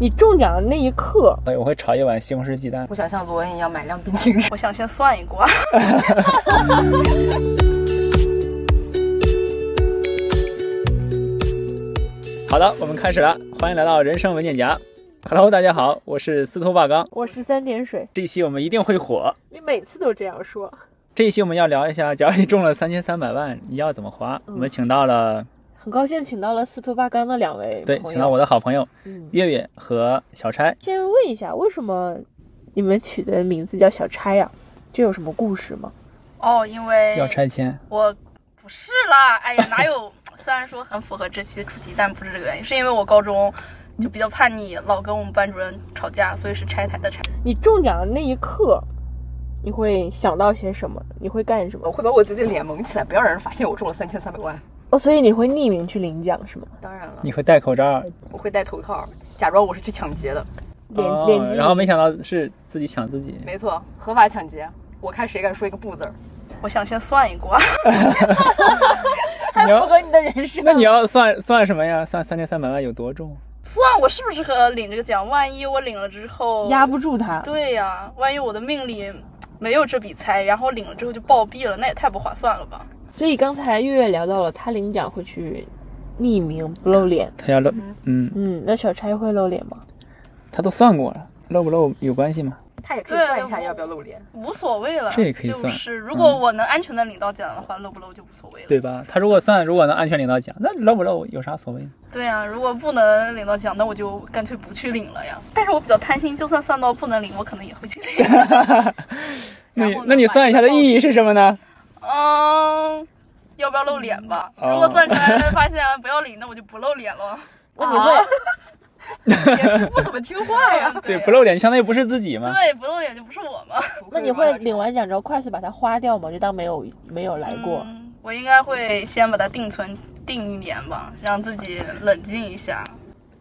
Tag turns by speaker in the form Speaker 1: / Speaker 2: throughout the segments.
Speaker 1: 你中奖的那一刻，
Speaker 2: 所以我会炒一碗西红柿鸡蛋。
Speaker 3: 我想像罗恩一样买辆冰淇淋。
Speaker 4: 我想先算一卦。
Speaker 2: 好的，我们开始了，欢迎来到人生文件夹。Hello，大家好，我是司徒霸刚。
Speaker 1: 我是三点水。
Speaker 2: 这一期我们一定会火。
Speaker 1: 你每次都这样说，
Speaker 2: 这一期我们要聊一下，假如你中了三千三百万，你要怎么花？我们请到了
Speaker 1: 很高兴请到了司徒八刚的两位
Speaker 2: 对，
Speaker 1: 朋友
Speaker 2: 请到我的好朋友
Speaker 1: 嗯，
Speaker 2: 月月和小差。
Speaker 1: 先问一下，为什么你们取的名字叫小差呀、这有什么故事吗？
Speaker 4: 哦，因为
Speaker 2: 要拆迁，
Speaker 4: 我不是啦，哎呀，哪有？ 虽然说很符合这期主题，但不是这个原因，是因为我高中就比较叛逆，老跟我们班主任吵架，所以是拆台的拆。
Speaker 1: 你中奖的那一刻，你会想到些什么？你会干什
Speaker 3: 我
Speaker 1: 么？
Speaker 3: 会把我自己的脸蒙起来，不要让人发现我中了三 千三百万。
Speaker 1: 哦，所以你会匿名去领奖是吗？
Speaker 3: 当然了，
Speaker 2: 你会戴口罩，
Speaker 3: 我会戴头套，假装我是去抢劫的。
Speaker 1: 连、
Speaker 2: 哦
Speaker 1: 连击，
Speaker 2: 然后没想到是自己抢自己。
Speaker 3: 没错，合法抢劫。我看谁敢说一个不字儿。
Speaker 4: 我想先算一卦，
Speaker 1: 还
Speaker 2: 你要
Speaker 1: 符合你的人设。
Speaker 2: 那你要算算什么呀？算三千三百万有多重？
Speaker 4: 算我是不是和领这个奖？万一我领了之后
Speaker 1: 压不住他，
Speaker 4: 对呀、万一我的命里没有这笔财，然后领了之后就暴毙了，那也太不划算了吧？
Speaker 1: 所以刚才月月聊到了，他领奖会去匿名不露脸。
Speaker 2: 他要露，嗯，
Speaker 1: 嗯，那小差会露脸吗？
Speaker 2: 他都算过了，露不露有关系吗？
Speaker 3: 他也可以算一下要不要露脸。
Speaker 4: 无所谓了，
Speaker 2: 这也可以
Speaker 4: 就
Speaker 2: 算嗯
Speaker 4: 是如果我能安全的领到奖的话，露不露就无所谓了。
Speaker 2: 对吧？他如果算，如果能安全领到奖，那露不露有啥所谓 呢？
Speaker 4: 对呀、如果不能领到奖，那我就干脆不去领了呀。但是我比较贪心，就算算到不能领，我可能也会去领。
Speaker 2: 那
Speaker 4: 然
Speaker 2: 你
Speaker 4: 后呢
Speaker 2: 那你算一下的意义是什么呢？
Speaker 4: 嗯，要不要露脸吧？
Speaker 2: 哦
Speaker 4: 如果算出来发现啊不要领，那我就不露脸了。
Speaker 1: 那你会
Speaker 4: 也是不怎么听话哎呀。 啊
Speaker 2: 对，不露脸相当于不是自己嘛。
Speaker 4: 对不露脸就不是我嘛。
Speaker 1: 那你会领完奖之后快速把它花掉吗？就当没有没有来过。
Speaker 4: 嗯，我应该会先把它定存定一年吧，让自己冷静一下。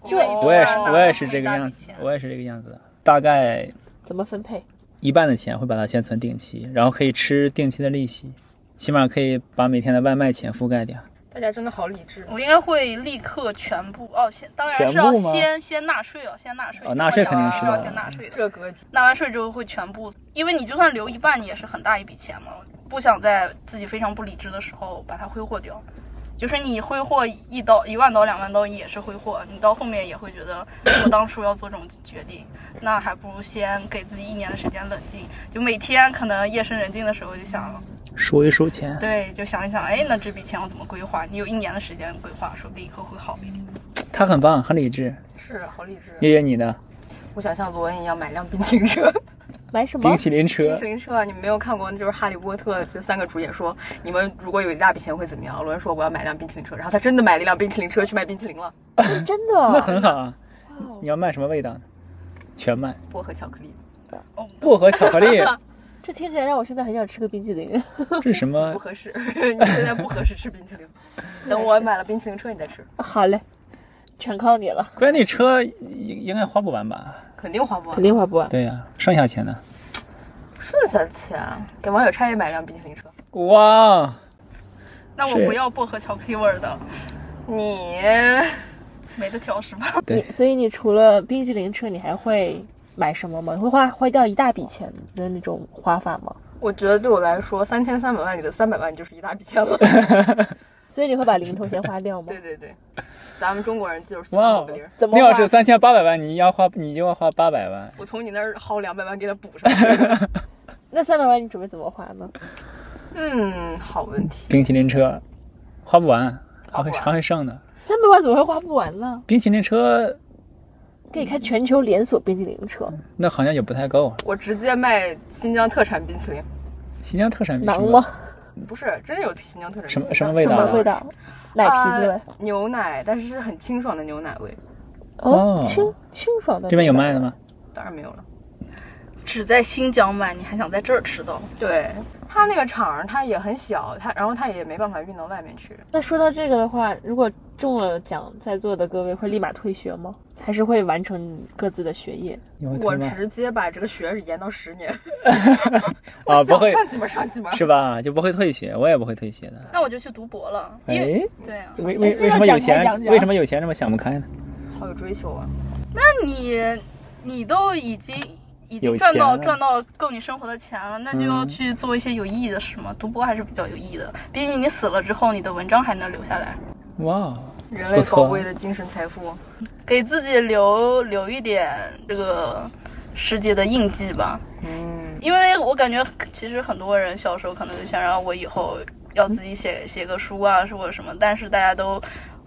Speaker 1: 就
Speaker 2: 我也是，
Speaker 4: 哦
Speaker 2: 我也是这个样子
Speaker 4: 拿到，
Speaker 2: 我也是这个样子的。大概
Speaker 1: 怎么分配？
Speaker 2: 一半的钱会把它先存定期，然后可以吃定期的利息，起码可以把每天的外卖钱覆盖掉。
Speaker 3: 大家真的好理智
Speaker 4: 我应该会立刻全部哦，先当然
Speaker 2: 全
Speaker 4: 是
Speaker 2: 部
Speaker 4: 要
Speaker 2: 吗
Speaker 4: 先先纳税哦，先纳税。
Speaker 2: 哦纳税肯定
Speaker 4: 是
Speaker 2: 是
Speaker 4: 要
Speaker 2: 的
Speaker 4: 先纳税的。
Speaker 3: 这个格局。
Speaker 4: 纳完税之后会全部，因为你就算留一半，你也是很大一笔钱嘛，不想在自己非常不理智的时候把它挥霍掉。就是你挥霍一刀、一万刀、两万刀也是挥霍，你到后面也会觉得我当初要做这种决定，那还不如先给自己一年的时间冷静。就每天可能夜深人静的时候就想，
Speaker 2: 数一数钱，
Speaker 4: 对，就想一想，哎，那这笔钱我怎么规划？你有一年的时间规划，说不定以后会好一点。
Speaker 2: 他很棒，很理智。
Speaker 3: 是好理智。
Speaker 2: 月月，你呢？
Speaker 3: 我想像罗恩一样买辆冰淇淋 车。
Speaker 1: 买什么
Speaker 2: 冰？淇淋车
Speaker 3: 冰淇淋车，你们没有看过，那就是《哈利波特》这三个主演说，你们如果有一大笔钱会怎么样？罗恩说我要买辆冰淇淋车，然后他真的买了一辆冰淇淋车去卖冰淇淋了，
Speaker 1: 真
Speaker 2: 那
Speaker 1: 的？
Speaker 2: 很好啊。
Speaker 1: 哦
Speaker 2: 你要卖什么味道呢？全卖，
Speaker 3: 薄荷巧克力，
Speaker 4: 哦，
Speaker 2: 薄荷巧克 力，
Speaker 1: 这听起来让我现在很想吃个冰淇淋。
Speaker 2: 这是什么
Speaker 3: 不？合适，你现在不合适吃冰淇 淋，等我买了冰淇淋车你再吃，
Speaker 1: 好嘞，全靠你了，
Speaker 2: 关键你车应应该花不完吧？
Speaker 3: 肯定花不
Speaker 1: 肯
Speaker 3: 完。
Speaker 1: 定花不完。
Speaker 2: 对呀、剩下钱呢？
Speaker 3: 剩下的钱给网友差也买辆冰淇淋车，
Speaker 2: 哇，
Speaker 4: 那我
Speaker 2: 是
Speaker 4: 不要薄荷巧克力味儿的，
Speaker 3: 你
Speaker 4: 没得挑是吧？
Speaker 1: 你
Speaker 2: 对
Speaker 1: 所以你除了冰淇淋车，你还会买什么吗？你会花花掉一大笔钱的那种花法吗？
Speaker 3: 我觉得对我来说，三千三百万里的三百万就是一大笔钱了。
Speaker 1: 所以你会把零头钱花掉吗
Speaker 3: 对？对对，咱们中国人就是喜欢
Speaker 2: 哇哦
Speaker 3: 个零儿，
Speaker 1: 怎么
Speaker 2: 那
Speaker 1: 花？
Speaker 2: 要是三千八百万，你要花，你就要花八百万。
Speaker 3: 我从你那儿薅两百万给他补上去。
Speaker 1: 那三百万你准备怎么花呢？
Speaker 3: 嗯，好问题。
Speaker 2: 冰淇淋车花不完，还
Speaker 3: 花不
Speaker 2: 会
Speaker 3: 完
Speaker 2: 还会剩的。
Speaker 1: 三百万怎么会花不完呢？
Speaker 2: 冰淇淋车
Speaker 1: 可以开全球连锁冰淇淋车，
Speaker 2: 那好像也不太够啊。
Speaker 3: 我直接卖新疆特产冰淇淋，
Speaker 2: 新疆特产冰淇
Speaker 1: 囊
Speaker 2: 淋
Speaker 1: 吗？
Speaker 3: 不是，真的有新疆特产
Speaker 2: 什么
Speaker 3: 冰淇淋
Speaker 2: 什么味
Speaker 1: 什
Speaker 2: 道、啊？
Speaker 1: 么味道？奶皮
Speaker 3: 呃
Speaker 1: 子味。
Speaker 3: 牛奶，但是是很清爽的牛奶味，
Speaker 1: 哦
Speaker 2: 哦，
Speaker 1: 清清爽的。
Speaker 2: 这边有卖的？吗？
Speaker 3: 当然没有了。
Speaker 4: 只在新疆买，你还想在这儿吃到？
Speaker 3: 对，它那个厂儿它也很小，它然后它也没办法运到外面去。
Speaker 1: 那说到这个的话，如果中了奖，在座的各位会立马退学吗？还是会完成各自的学业？
Speaker 2: 你会
Speaker 3: 我
Speaker 2: 推吗？
Speaker 3: 直接把这个学延到十年，
Speaker 2: 啊，不
Speaker 3: 想
Speaker 2: 会
Speaker 3: 上几门上几门。
Speaker 2: 是吧？就不会退学，我也不会退学的。
Speaker 4: 那我就去读博了，因为
Speaker 2: 哎，
Speaker 4: 对啊，
Speaker 2: 为为
Speaker 1: 这个
Speaker 2: 为什么有
Speaker 1: 讲开讲
Speaker 2: 钱？
Speaker 1: 讲
Speaker 2: 为什么有钱这么想不开呢？
Speaker 3: 好有追求啊！
Speaker 4: 那你你都已经已
Speaker 2: 有
Speaker 4: 经赚到
Speaker 2: 钱了
Speaker 4: 赚到够你生活的钱了，那就要
Speaker 2: 嗯
Speaker 4: 去做一些有意义的事嘛。读博还是比较有意义的，毕竟你死了之后，你的文章还能留下来，
Speaker 2: 哇，
Speaker 3: 人
Speaker 2: 不
Speaker 3: 类
Speaker 2: 错
Speaker 3: 宝贵的精神财富。
Speaker 4: 给自己留留一点这个世界的印记吧。
Speaker 3: 嗯，
Speaker 4: 因为我感觉其实很多人小时候可能就想让我以后要呃自己写写个书啊，是或者什么，但是大家都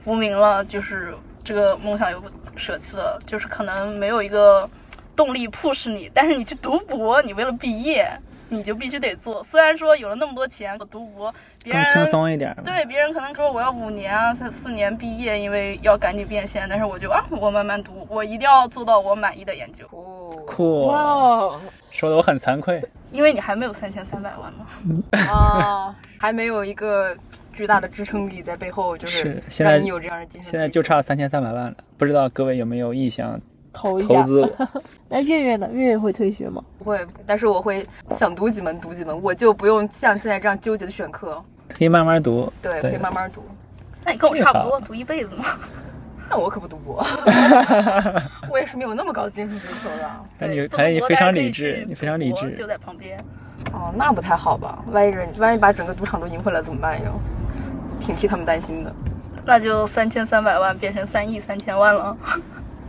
Speaker 4: 无名了，就是这个梦想又舍弃了，就是可能没有一个动力 push 你，但是你去读博，你为了毕业，你就必须得做。虽然说有了那么多钱，我读博，别
Speaker 2: 更
Speaker 4: 人
Speaker 2: 轻松一点嘛。
Speaker 4: 对别人可能说我要五年啊，才四年毕业，因为要赶紧变现，但是我就啊，我慢慢读，我一定要做到我满意的研究，
Speaker 3: 哦，
Speaker 2: 酷，
Speaker 1: 哇哦
Speaker 2: 说的我很惭愧。
Speaker 4: 因为你还没有三千三百万嘛。
Speaker 3: 啊，还没有一个巨大的支撑力在背后，就是
Speaker 2: 现在
Speaker 3: 让你有这样的精神。
Speaker 2: 现在就差三千三百万了，不知道各位有没有意向
Speaker 1: 投一
Speaker 2: 投
Speaker 1: 下。
Speaker 2: 资 我？
Speaker 1: 那月月呢？月月会退学吗？
Speaker 3: 不会，但是我会想读几门读几门，我就不用像现在这样纠结的选课，
Speaker 2: 可以慢慢读。
Speaker 3: 对，可以
Speaker 2: 对，
Speaker 3: 慢慢读。
Speaker 4: 那你跟我
Speaker 2: 这
Speaker 4: 差不
Speaker 2: 好
Speaker 4: 多，读一辈子嘛。
Speaker 3: 那我可不读 博，我也是没有那么高的精神追求的。
Speaker 2: 但
Speaker 4: 对
Speaker 2: 你看来你
Speaker 4: 不读博
Speaker 2: 非
Speaker 4: 大家
Speaker 2: 常
Speaker 4: 可以
Speaker 2: 理智
Speaker 4: 去，
Speaker 2: 你非常理
Speaker 4: 读博
Speaker 2: 智
Speaker 4: 就。在旁边。
Speaker 3: 哦，那不太好吧？万一人万一把整个赌场都赢回来怎么办呀？挺替他们担心的。
Speaker 4: 那就三千三百万变成三亿三千万了。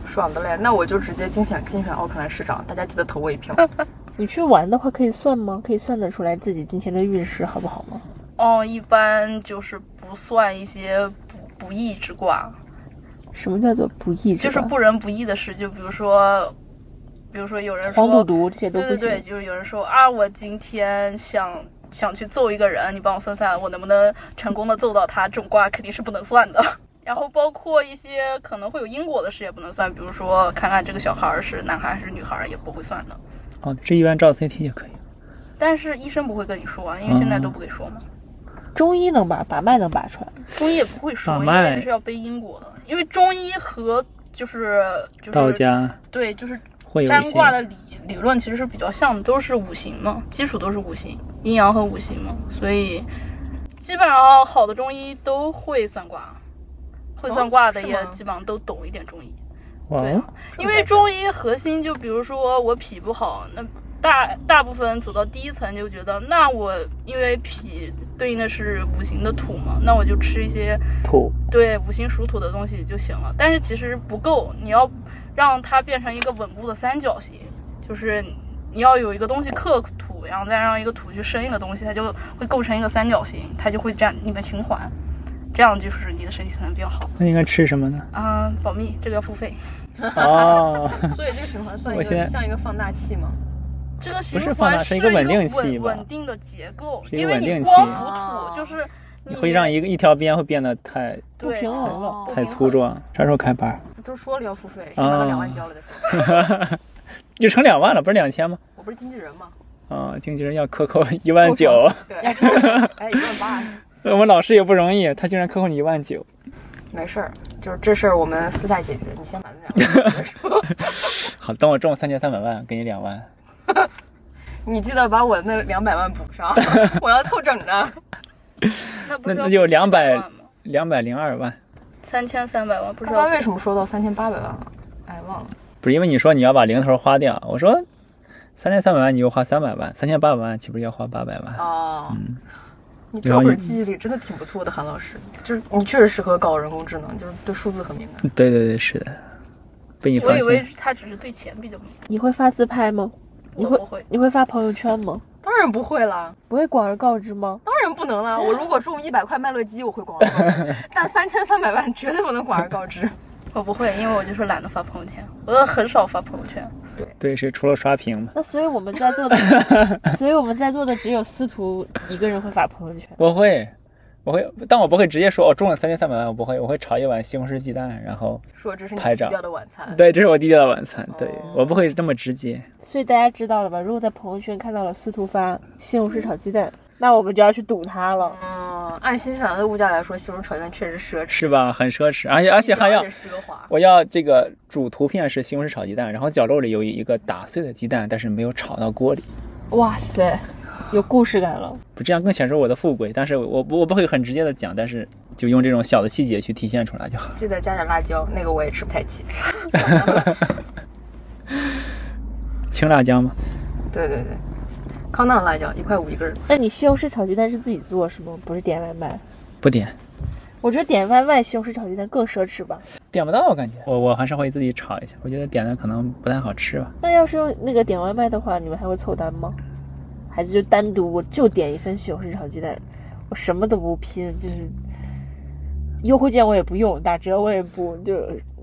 Speaker 3: 爽的嘞，那我就直接竞选竞选奥克兰市长，大家记得投我一票。
Speaker 1: 你去玩的话可以算吗？可以算得出来自己今天的运势好不好吗？
Speaker 4: 哦，一般就是不算一些不不义之卦，
Speaker 1: 什么叫做不义之
Speaker 4: 就
Speaker 1: 官？
Speaker 4: 是不仁不义的事。就比如说，比如说有人说
Speaker 1: 黄赌毒这些都
Speaker 4: 对
Speaker 1: 不
Speaker 4: 对
Speaker 1: 行。
Speaker 4: 对，就是有人说啊，我今天想想去揍一个人，你帮我算算我能不能成功的揍到他，这种卦肯定是不能算的。 然后包括一些可能会有因果的事也不能算，比如说看看这个小孩儿是男孩还是女孩儿也不会算的。
Speaker 2: 哦，这一般照 CT 就可以。
Speaker 4: 但是医生不会跟你说啊，因为现在都不给说嘛，
Speaker 1: 中医能把把脉能拔出来，
Speaker 4: 中医也不会说，
Speaker 2: 把
Speaker 4: 因
Speaker 2: 脉
Speaker 4: 为这是要背因果的。因为中医和就是就是
Speaker 2: 道家
Speaker 4: 对就是
Speaker 2: 会有
Speaker 4: 占
Speaker 2: 一些
Speaker 4: 卦的理理论其实是比较像的，都是五行嘛，基础都是五行，阴阳和五行嘛，所以基本上好的中医都会算卦，会算卦的
Speaker 3: 哦
Speaker 4: 也
Speaker 3: 是吗
Speaker 4: 基本上都懂一点中医。
Speaker 2: 哇
Speaker 4: 对
Speaker 2: 哦
Speaker 4: 啊，因为中医核心就比如说我脾不好，那大大部分走到第一层就觉得，那我因为脾对应的是五行的土嘛，那我就吃一些
Speaker 2: 土
Speaker 4: 对五行属土的东西就行了。但是其实不够，你要让它变成一个稳固的三角形，就是你要有一个东西克土，然后再让一个土去生一个东西，它就会构成一个三角形，它就会这样里面循环，这样就是你的身体才能变好
Speaker 2: 那应该吃什么 呢？
Speaker 4: 啊、保密，这个要付费。
Speaker 2: 哦，
Speaker 3: 所以这个循环算
Speaker 2: 我
Speaker 3: 一
Speaker 2: 现在
Speaker 3: 个像一个放大器吗？
Speaker 4: 这个循
Speaker 2: 不是放大
Speaker 4: 环
Speaker 2: 是一
Speaker 4: 一
Speaker 2: 个
Speaker 4: 个
Speaker 2: 稳定器
Speaker 4: 稳
Speaker 2: 吧
Speaker 4: 稳定的结构，
Speaker 2: 是一个
Speaker 4: 因为
Speaker 2: 稳定
Speaker 4: 你
Speaker 2: 器
Speaker 4: 光补
Speaker 3: 哦
Speaker 4: 土就是你
Speaker 2: 会让一个一条边会变得太
Speaker 1: 不
Speaker 4: 对
Speaker 1: 平衡了。
Speaker 3: 哦
Speaker 2: 太粗。壮。啥时候开班？
Speaker 3: 不就说了要付费，先把那两万交了再说。
Speaker 2: 就成两万了，不是两千吗？
Speaker 3: 我不是经纪人吗？
Speaker 2: 啊、经纪人要克扣一万九，
Speaker 3: 对，哎，一万八，
Speaker 2: 我们老师也不容易，他竟然克扣你一万九。
Speaker 3: 没事儿，就是这事儿我们私下解决。你先把那两万交了再说。
Speaker 2: 好，等我中三千三百万，给你两万。
Speaker 3: 你记得把我那两百万补上，我要凑整着。
Speaker 4: 那不是
Speaker 2: 那
Speaker 4: 要
Speaker 2: 那就
Speaker 4: 补700
Speaker 2: 200
Speaker 4: 万吗？
Speaker 2: 两百零二万，
Speaker 4: 三千三百万不是
Speaker 3: 刚
Speaker 4: 要
Speaker 3: 刚
Speaker 4: 补
Speaker 3: 为什么说到三千八百万了？哎，忘了。
Speaker 2: 不是因为你说你要把零头花掉，我说三千三百万你就花三百万，三千八百万岂不是要花八百万？
Speaker 3: 哦，你
Speaker 2: 嗯然
Speaker 3: 这
Speaker 2: 后
Speaker 3: 会儿
Speaker 2: 你
Speaker 3: 记忆力真的挺不错的，韩老师。就是你确实适合搞人工智能，就是对数字很敏感。
Speaker 2: 对对对，是的，被你
Speaker 4: 我
Speaker 2: 发
Speaker 4: 以为
Speaker 2: 现。
Speaker 4: 他只是对钱比较敏感，
Speaker 1: 你会发自拍吗？你
Speaker 4: 我
Speaker 1: 会
Speaker 4: 不会
Speaker 1: 你会发朋友圈吗？
Speaker 3: 当然不会啦，
Speaker 1: 不会广而告之吗？
Speaker 3: 当然不能啦。我如果中一百块麦乐鸡，我会广而 告之，但三千三百万绝对不能广而告之。
Speaker 4: 我哦不会，因为我就是懒得发朋友圈，我很少发朋友圈。
Speaker 2: 对，是除了刷屏嘛。
Speaker 1: 那所以我们在 座的，所以我们在座的只有司徒一个人会发朋友圈。
Speaker 2: 我会，我会，但我不会直接说哦，中了三千三百万，我不会，我会炒一碗西红柿鸡蛋，然后
Speaker 3: 说这是你
Speaker 2: 拍
Speaker 3: 低
Speaker 2: 照
Speaker 3: 调的晚
Speaker 4: 嗯
Speaker 3: 餐。
Speaker 2: 对，这是我低调的晚餐，对
Speaker 3: 哦
Speaker 2: 我不会这么直接。
Speaker 1: 所以大家知道了吧？如果在朋友圈看到了司徒发西红柿炒鸡蛋，那我们就要去堵他了。
Speaker 3: 嗯，按新西兰的物价来说，西红柿炒鸡蛋确实奢侈，
Speaker 2: 是吧？很奢侈，而且而且还要
Speaker 3: 也奢华。
Speaker 2: 我要这个主图片是西红柿炒鸡蛋，然后角落里有一个打碎的鸡蛋，但是没有炒到锅里。
Speaker 1: 哇塞，有故事感了。
Speaker 2: 不这样更显示我的富贵。但是我我我不会很直接的讲，但是就用这种小的细节去体现出来就好。
Speaker 3: 记得加点辣椒，那个我也吃不太起。
Speaker 2: 青辣椒嘛，
Speaker 3: 对对对，康纳辣椒一块五一根儿。
Speaker 1: 那你西红柿炒鸡蛋是自己做是吗？不是点外卖？
Speaker 2: 不点
Speaker 1: 我觉得点外卖西红柿炒鸡蛋更奢侈吧。
Speaker 2: 点不到，我感觉我我还是会自己炒一下。我觉得点的可能不太好吃吧。
Speaker 1: 那要是用那个点外卖的话，你们还会凑单吗？还是就单独我就点一份西红柿炒鸡蛋，我什么都不拼，就是优惠券我也不用，打折我也不就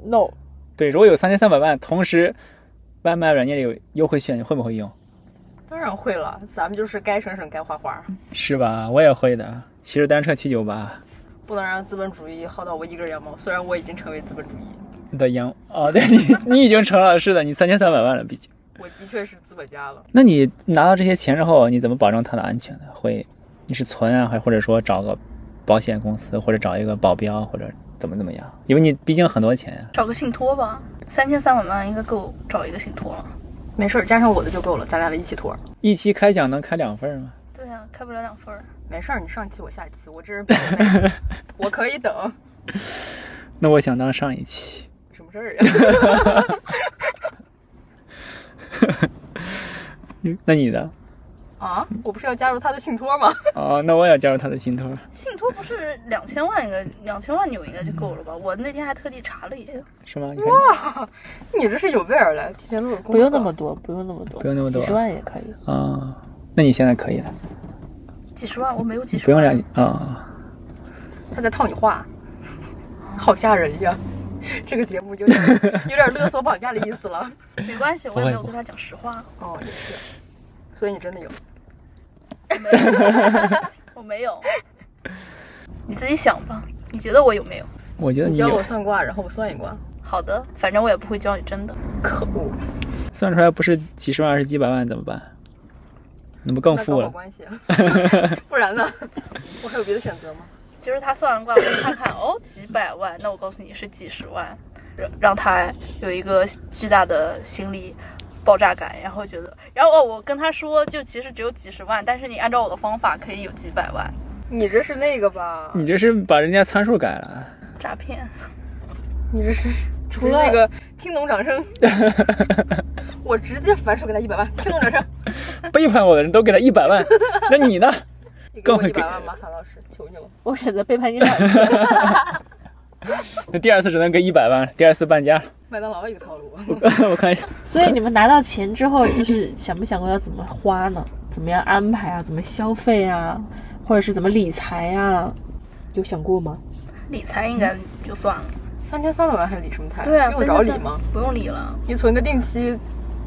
Speaker 1: no。
Speaker 2: 对，如果有三千三百万，同时外卖软件里有优惠券，你会不会用？
Speaker 3: 当然会了，咱们就是该省省该花花，
Speaker 2: 是吧？我也会的，骑着单车去酒吧
Speaker 3: 不能让资本主义薅到我一根羊毛。虽然我已经成为资本主义，
Speaker 2: 的羊哦，对你 你已经成了，是的，你三千三百万了，毕竟。
Speaker 3: 我的确是资本家了。
Speaker 2: 那你拿到这些钱之后，你怎么保证它的安全呢？会你是存啊，还或者说找个保险公司，或者找一个保镖，或者怎么怎么样？因为你毕竟很多钱啊呀、
Speaker 4: 找个信托吧，三千三百万应该够找一个信托了。
Speaker 3: 没事儿，加上我的就够了，咱俩的一起托。
Speaker 2: 一期开奖能开两份儿吗？
Speaker 4: 对呀、开不了两份儿。
Speaker 3: 没事儿，你上期我下期，我这 人比较耐我可以等。
Speaker 2: 那我想当上一期。
Speaker 3: 什么事儿呀？
Speaker 2: 那你的？
Speaker 3: 啊，我不是要加入他的信托吗？
Speaker 2: 哦，那我也加入他的信托。
Speaker 4: 信托不是两千万应该两千万纽应该就够了吧？我那天还特地查了一下，
Speaker 2: 是吗？你看
Speaker 3: 你这是有备而来，提前录了功课。
Speaker 1: 不用那么多，不用那么多，
Speaker 2: 不用那么多
Speaker 1: 几十万也可以。
Speaker 2: 啊、那你现在可以了，
Speaker 4: 几十万我没有几
Speaker 2: 不
Speaker 4: 十
Speaker 2: 用
Speaker 4: 万，
Speaker 2: 两啊、
Speaker 3: 他在套你话，好吓人呀！这个节目有 点有点勒索绑架的意思了。
Speaker 4: 没关系，我也没有
Speaker 2: 不会
Speaker 4: 跟他讲实话，
Speaker 3: 哦，也是，所以你真的有。
Speaker 4: 我没有， 你自己想吧，你觉得我有没有？
Speaker 2: 我觉得
Speaker 3: 你
Speaker 2: 你
Speaker 3: 教
Speaker 2: 有
Speaker 3: 我算卦，然后我算一卦。
Speaker 4: 好的，反正我也不会教你真的。
Speaker 3: 可恶，
Speaker 2: 算出来不是几十万，而是几百万，怎么办？那不更
Speaker 3: 那搞
Speaker 2: 富
Speaker 3: 好
Speaker 2: 了？
Speaker 3: 关系， 不然呢？ 我还有别的选择吗？
Speaker 4: 其实他算完卦，我看看，哦，几百万，那我告诉你是几十万，让让他有一个巨大的心理爆炸感，然后觉得，然后哦，我跟他说，就其实只有几十万，但是你按照我的方法可以有几百万，
Speaker 3: 你这是那个吧？
Speaker 2: 你这是把人家参数改了。啊
Speaker 4: 诈骗。
Speaker 3: 你这是 除
Speaker 1: 了
Speaker 3: 那个听懂 掌声，我直接反手给他一百万，听懂掌声。
Speaker 2: 背叛我的人都给他一百万，那你呢？
Speaker 3: 你给我
Speaker 2: 更会
Speaker 3: 一
Speaker 2: 给
Speaker 3: 百万吧，韩老师，求你了。
Speaker 1: 我选择背叛你两次，
Speaker 2: 那第二次只能给一百万了，第二次半价 了。
Speaker 3: 麦当劳一个套路，
Speaker 2: 我看一下，
Speaker 1: 所以你们拿到钱之后，就是想没想过要怎么花呢？怎么样安排啊？怎么消费啊？或者是怎么理财啊？有想过吗？
Speaker 4: 理财应该就算了，
Speaker 3: 三千三百万还理什么财？
Speaker 4: 对啊，
Speaker 3: 用得着理吗？？
Speaker 4: 不用理了，
Speaker 3: 你存个定期，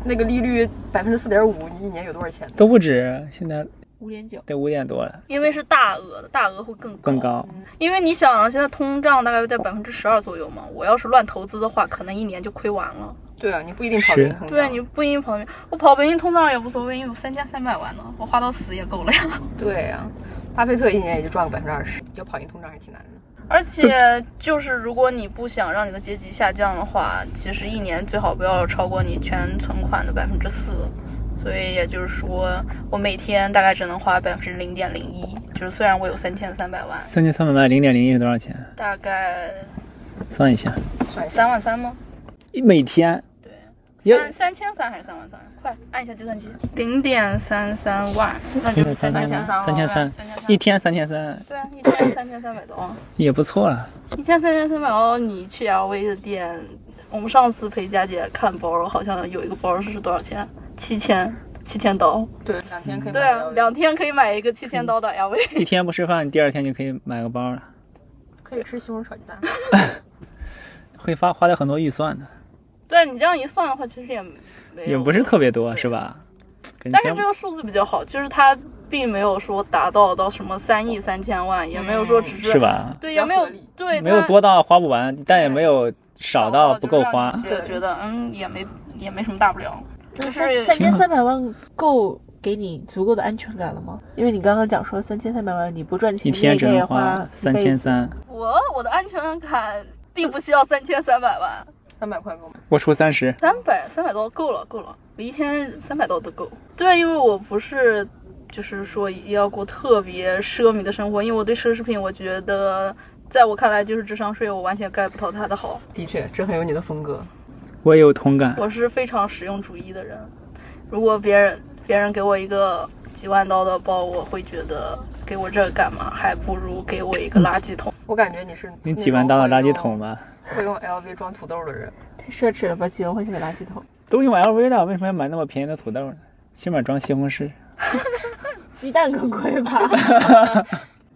Speaker 3: 那个利率百分之四点五，你一年有多少钱？
Speaker 2: 都不止，现在
Speaker 1: 五点九，
Speaker 2: 得五点多了，
Speaker 4: 因为是大额的，大额会更高。
Speaker 2: 更高。
Speaker 4: 因为你想，现在通胀大概在百分之十二左右嘛，我要是乱投资的话，可能一年就亏完了。
Speaker 3: 对啊，你不一定跑得赢
Speaker 2: 是
Speaker 3: 恒大
Speaker 4: 对啊，你不因跑赢，我跑北京通胀也无所谓，因为我三千三百万呢，我花到死也够了呀。
Speaker 3: 对啊，巴菲特一年也就赚个百分之二十，要跑赢通胀还挺难的。
Speaker 4: 而 且就是，如果你不想让你的阶级下降的话，其实一年最好不要超过你全存款的百分之四。所以也就是说，我每天大概只能花百分之零点零一，就是虽然我有三千三百万，
Speaker 2: 三千三百万零点零一是多少钱？
Speaker 4: 大概
Speaker 2: 算一下，
Speaker 3: 算一下，
Speaker 4: 三万三吗？
Speaker 2: 每天
Speaker 4: 对，
Speaker 2: 也
Speaker 4: 三三千三还是三万三？快按一下计算机，零点三三万，那就是三千三，
Speaker 2: 三千三，
Speaker 4: 三千三
Speaker 2: 一天三千三
Speaker 4: 对啊，一天三千三百多。啊
Speaker 2: 也不错啊了。
Speaker 4: 一千三千三百欧，你去 LV 的店，我们上次陪佳姐看包，好像有一个包是多少钱？七千，七千刀。
Speaker 3: 嗯对，两天可以买
Speaker 4: 对啊
Speaker 3: 到，一个
Speaker 4: 两天可以买一个七千刀的 LV。
Speaker 2: 一天不吃饭，第二天就可以买个包了，
Speaker 3: 可以吃西红柿炒鸡蛋。
Speaker 2: 会花花掉很多预算的，
Speaker 4: 对你这样一算的话，其实也没有
Speaker 2: 也不是特别多，是吧？跟
Speaker 4: 但
Speaker 2: 前
Speaker 4: 是这个数字比较好，就是它并没有说达到到什么三亿三千万，也没有说只是
Speaker 2: 是？吧？
Speaker 4: 对，
Speaker 3: 比较
Speaker 4: 也没有
Speaker 3: 合理
Speaker 4: 对
Speaker 2: 没有
Speaker 4: 它
Speaker 2: 多到花不完，但也没有少到不够花
Speaker 4: 少到。就让你觉得嗯也没也没什么大不了，就是
Speaker 1: 三千三百万够给你足够的安全感了吗？因为你刚刚讲说三千三百万你不赚钱，
Speaker 2: 一天只
Speaker 1: 你也
Speaker 2: 能
Speaker 1: 得花
Speaker 2: 花三千三，
Speaker 4: 我我的安全感并不需要三千三百万。
Speaker 3: 三百块够吗？
Speaker 2: 我出三十，
Speaker 4: 啊三百三百刀够了，够了，我一天三百刀都够。对，因为我不是就是说也要过特别奢靡的生活，因为我对奢侈品，我觉得在我看来就是智商税，我完全 get 不到它的好。
Speaker 3: 的确，这很有你的风格。
Speaker 2: 我也有同感。
Speaker 4: 我是非常实用主义的人，如果别人别人给我一个几万刀的包，我会觉得给我这干嘛？还不如给我一个垃圾桶。
Speaker 3: 我感觉你是
Speaker 2: 你几万刀的垃圾桶？吧，
Speaker 3: 会用 LV 装土豆的人，
Speaker 1: 太奢侈了吧？几万块钱的垃圾桶，
Speaker 2: 都用 LV 了，为什么要买那么便宜的土豆呢？起码装西红柿，
Speaker 1: 鸡蛋更贵吧？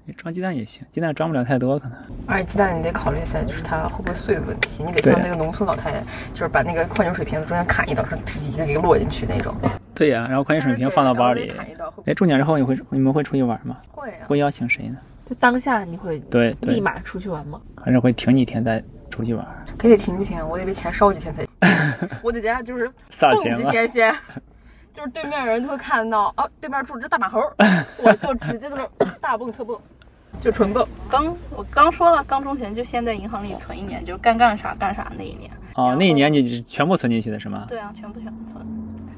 Speaker 2: 你装鸡蛋也行，鸡蛋装不了太多，可能
Speaker 3: 而且鸡蛋你得考虑一下，就是它会不会碎的问题。你得
Speaker 2: 对
Speaker 3: 像那个农村老太太，就是把那个矿泉水瓶子中间砍一刀，上一个一个落进去那种。
Speaker 2: 对呀、然后矿泉水瓶放到包
Speaker 3: 然
Speaker 4: 嗯
Speaker 2: 里
Speaker 3: 后就。砍一刀会
Speaker 2: 哎，中奖之后你会你们会出去玩吗？
Speaker 3: 不会啊？
Speaker 2: 会邀请谁呢？
Speaker 1: 就当下你会
Speaker 2: 对
Speaker 1: 立
Speaker 2: 对，
Speaker 1: 马出去玩吗？
Speaker 2: 还是会停几天再出去玩？
Speaker 3: 可以停几天，我得被钱烧几天才。 我在家就是
Speaker 2: 撒
Speaker 3: 蹦
Speaker 2: 钱
Speaker 3: 几
Speaker 2: 吧，
Speaker 3: 天先， 就是对面人就会看到啊，对面住只大 马猴，我就直接在那大蹦特蹦，就 纯蹦。
Speaker 4: 刚我刚说了，刚中钱就先在银行里存一年，就是该干啥干啥那一年。
Speaker 2: 哦，那一年你是全部存进去的是吗？
Speaker 4: 对啊，全部全部存，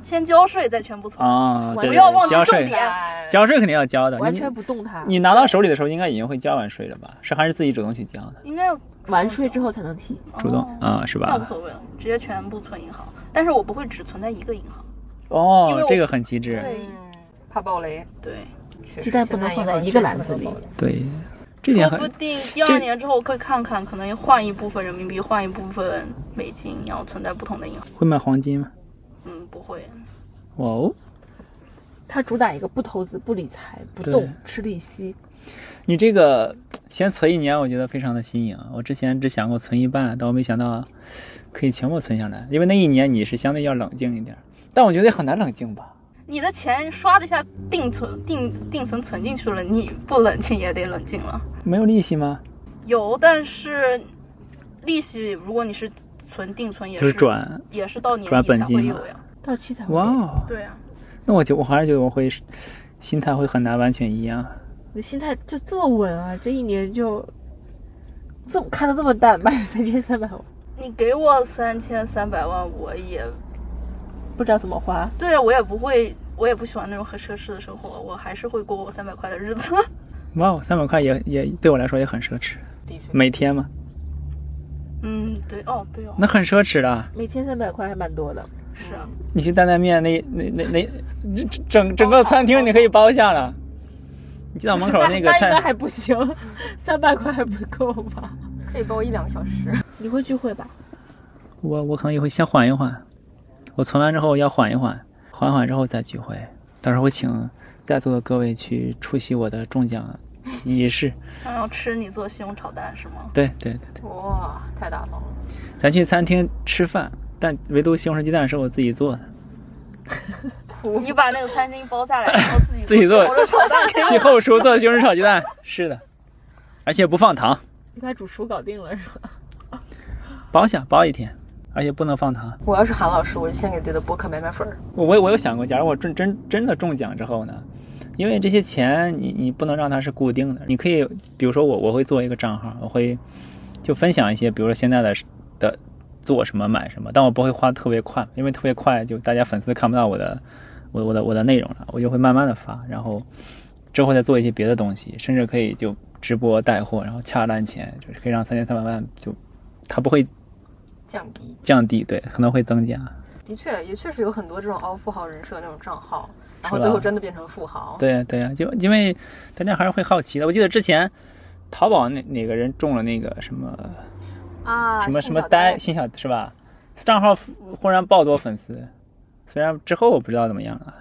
Speaker 4: 先交税再全部存。
Speaker 2: 哦，对，
Speaker 1: 不
Speaker 2: 对
Speaker 4: 要忘记
Speaker 2: 交
Speaker 4: 重
Speaker 2: 税，
Speaker 4: 点
Speaker 3: 哎
Speaker 2: 交税肯定要交的。
Speaker 1: 完
Speaker 2: 你
Speaker 1: 全不动它，
Speaker 2: 你拿到手里的时候，应该已经会交完税了吧？是还是自己主动去交的？
Speaker 4: 应该有
Speaker 1: 完税之后才能提。
Speaker 2: 主动
Speaker 4: 哦
Speaker 2: 啊、是
Speaker 4: 那
Speaker 2: 吧
Speaker 4: 无？所谓了，直接全部存银行。但是我不会只存在一个银行。因为
Speaker 2: 哦
Speaker 4: 我，
Speaker 2: 这个很机智。
Speaker 4: 对
Speaker 3: 嗯，怕暴雷。
Speaker 4: 对，
Speaker 3: 确实
Speaker 1: 鸡蛋不能放在一个篮子里。
Speaker 2: 对，这点
Speaker 4: 说呃不
Speaker 2: 很
Speaker 4: 定第二
Speaker 2: 这
Speaker 4: 年之后会看看，可能换一部分人民币，换一部分美金，然后存在不同的银行。
Speaker 2: 会卖黄金吗？
Speaker 4: 嗯，不会。
Speaker 2: 哇哦，
Speaker 1: 它主打一个不投资、不理财、不
Speaker 2: 对
Speaker 1: 动、吃利息。
Speaker 2: 你这个先存一年，我觉得非常的新颖。啊我之前只想过存一半，但我没想到可以全部存下来，因为那一年你是相对要冷静一点，但我觉得也很难冷静吧。
Speaker 4: 你的钱刷的一下定存定定存存进去了，你不冷静也得冷静了。
Speaker 2: 没有利息吗？
Speaker 4: 有，但是利息如果你是存定存也
Speaker 2: 就是转，
Speaker 4: 也是到年
Speaker 2: 转
Speaker 4: 底
Speaker 2: 本
Speaker 4: 才
Speaker 2: 金
Speaker 4: 会
Speaker 2: 嘛
Speaker 4: 有呀。
Speaker 1: 到期才会
Speaker 2: 哇
Speaker 1: 给，
Speaker 2: 哦！
Speaker 4: 对啊，
Speaker 2: 那我就我还是觉得我会心态会很难完全一样。
Speaker 1: 你心态就这么稳啊！这一年就这么看得这么淡，买三千三百万，
Speaker 4: 你给我三千三百万，我也
Speaker 1: 不知道怎么花。
Speaker 4: 对啊，我也不会，我也不喜欢那种很奢侈的生活，我还是会过我三百块的日子。
Speaker 2: 哇哦，三百块也也对我来说也很奢侈，
Speaker 3: 的确，
Speaker 2: 每天嘛，
Speaker 4: 嗯，对，哦，对哦，
Speaker 2: 那很奢侈的。啊
Speaker 1: 每天三百块还蛮多的，
Speaker 4: 是啊，
Speaker 2: 你去担担面，那那那那整整整个餐厅你可以包下了。你就到门口那 个
Speaker 1: 那应该
Speaker 2: 菜，
Speaker 1: 还不行，三百块还不够吧？
Speaker 3: 可以包一两个小时。
Speaker 1: 你会聚会吧？
Speaker 2: 我我可能也会先缓一缓。我存完之后要缓一缓，缓缓之后再聚会。到时候我请在座的各位去出席我的中奖仪式。
Speaker 4: 然后吃你做西红柿炒蛋是吗？
Speaker 2: 对对对对，
Speaker 3: 哇，太大方了！
Speaker 2: 咱去餐厅吃饭，但唯独西红柿鸡蛋是我自己做的。
Speaker 4: 你把那个餐巾 包下来，然后自己
Speaker 2: 自己做
Speaker 4: 西红柿炒 蛋给我。
Speaker 2: 其后厨做西红柿炒鸡蛋，是的，而且不放糖，
Speaker 1: 你把主厨搞定了是吧？
Speaker 2: 包下包一天，而且不能放糖。
Speaker 3: 我要是韩老师，我就先给自己的博客买买粉儿。
Speaker 2: 我我我有想过，假如我真真真的中奖之后呢，因为这些钱你你不能让它是固定的，你可以比如说我我会做一个账号，我会就分享一些，比如说现在的的做什么买什么，但我不会花特别快，因为特别快就大家粉丝看不到我的我我的我的内容了，我就会慢慢的发，然后之后再做一些别的东西，甚至可以就直播带货，然后掐烂钱，就是可以让三千三百万就它不会
Speaker 3: 降低。
Speaker 2: 降低，对，可能会增加，
Speaker 3: 的确，也确实有很多这种凹富豪人设的那种账号，然后
Speaker 2: 是吧
Speaker 3: 最后真的变成富豪。
Speaker 2: 对呀、对呀、啊就因为大家还是会好奇的。我记得之前淘宝那哪个人中了那个什么
Speaker 3: 啊，
Speaker 2: 什么什
Speaker 3: 信
Speaker 2: 么
Speaker 3: 小
Speaker 2: 单，心小是吧？账号忽然爆多粉丝，虽然之后我不知道怎么样了。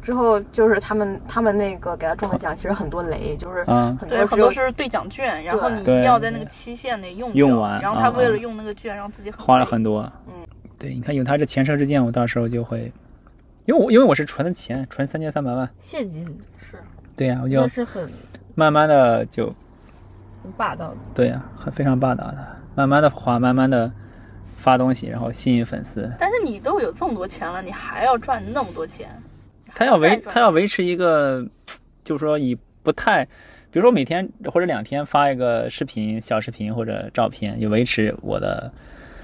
Speaker 3: 之后就是他们他们那个给他中的奖，其实很多雷，就是
Speaker 2: 啊
Speaker 3: 很
Speaker 4: 对，
Speaker 3: 多只
Speaker 4: 很
Speaker 3: 有
Speaker 4: 多是兑奖券，然后
Speaker 3: 对
Speaker 4: 你一定要在那个期限内用掉
Speaker 2: 用完
Speaker 4: 然后他
Speaker 2: 嗯
Speaker 4: 为了
Speaker 2: 嗯
Speaker 4: 用那个券，让自己很
Speaker 2: 花了
Speaker 4: 累
Speaker 2: 很多。
Speaker 3: 嗯，
Speaker 2: 对，你看有他这前车之鉴，我到时候就会，因为我因为我是存的钱，存三千三百万。
Speaker 1: 现金
Speaker 3: 是
Speaker 2: 对啊呀、我
Speaker 1: 那
Speaker 2: 就是
Speaker 1: 很
Speaker 2: 慢慢的就
Speaker 1: 很霸道的，
Speaker 2: 对呀、很非常霸道的，慢慢的花，慢慢的发东西，然后吸引粉丝。
Speaker 4: 但是你都有这么多钱了，你还要赚那么多钱？
Speaker 2: 他要
Speaker 4: 再
Speaker 2: 维
Speaker 4: 赚
Speaker 2: 他要维持一个，就是说以不太，比如说每天或者两天发一个视频、小视频或者照片，以维持我的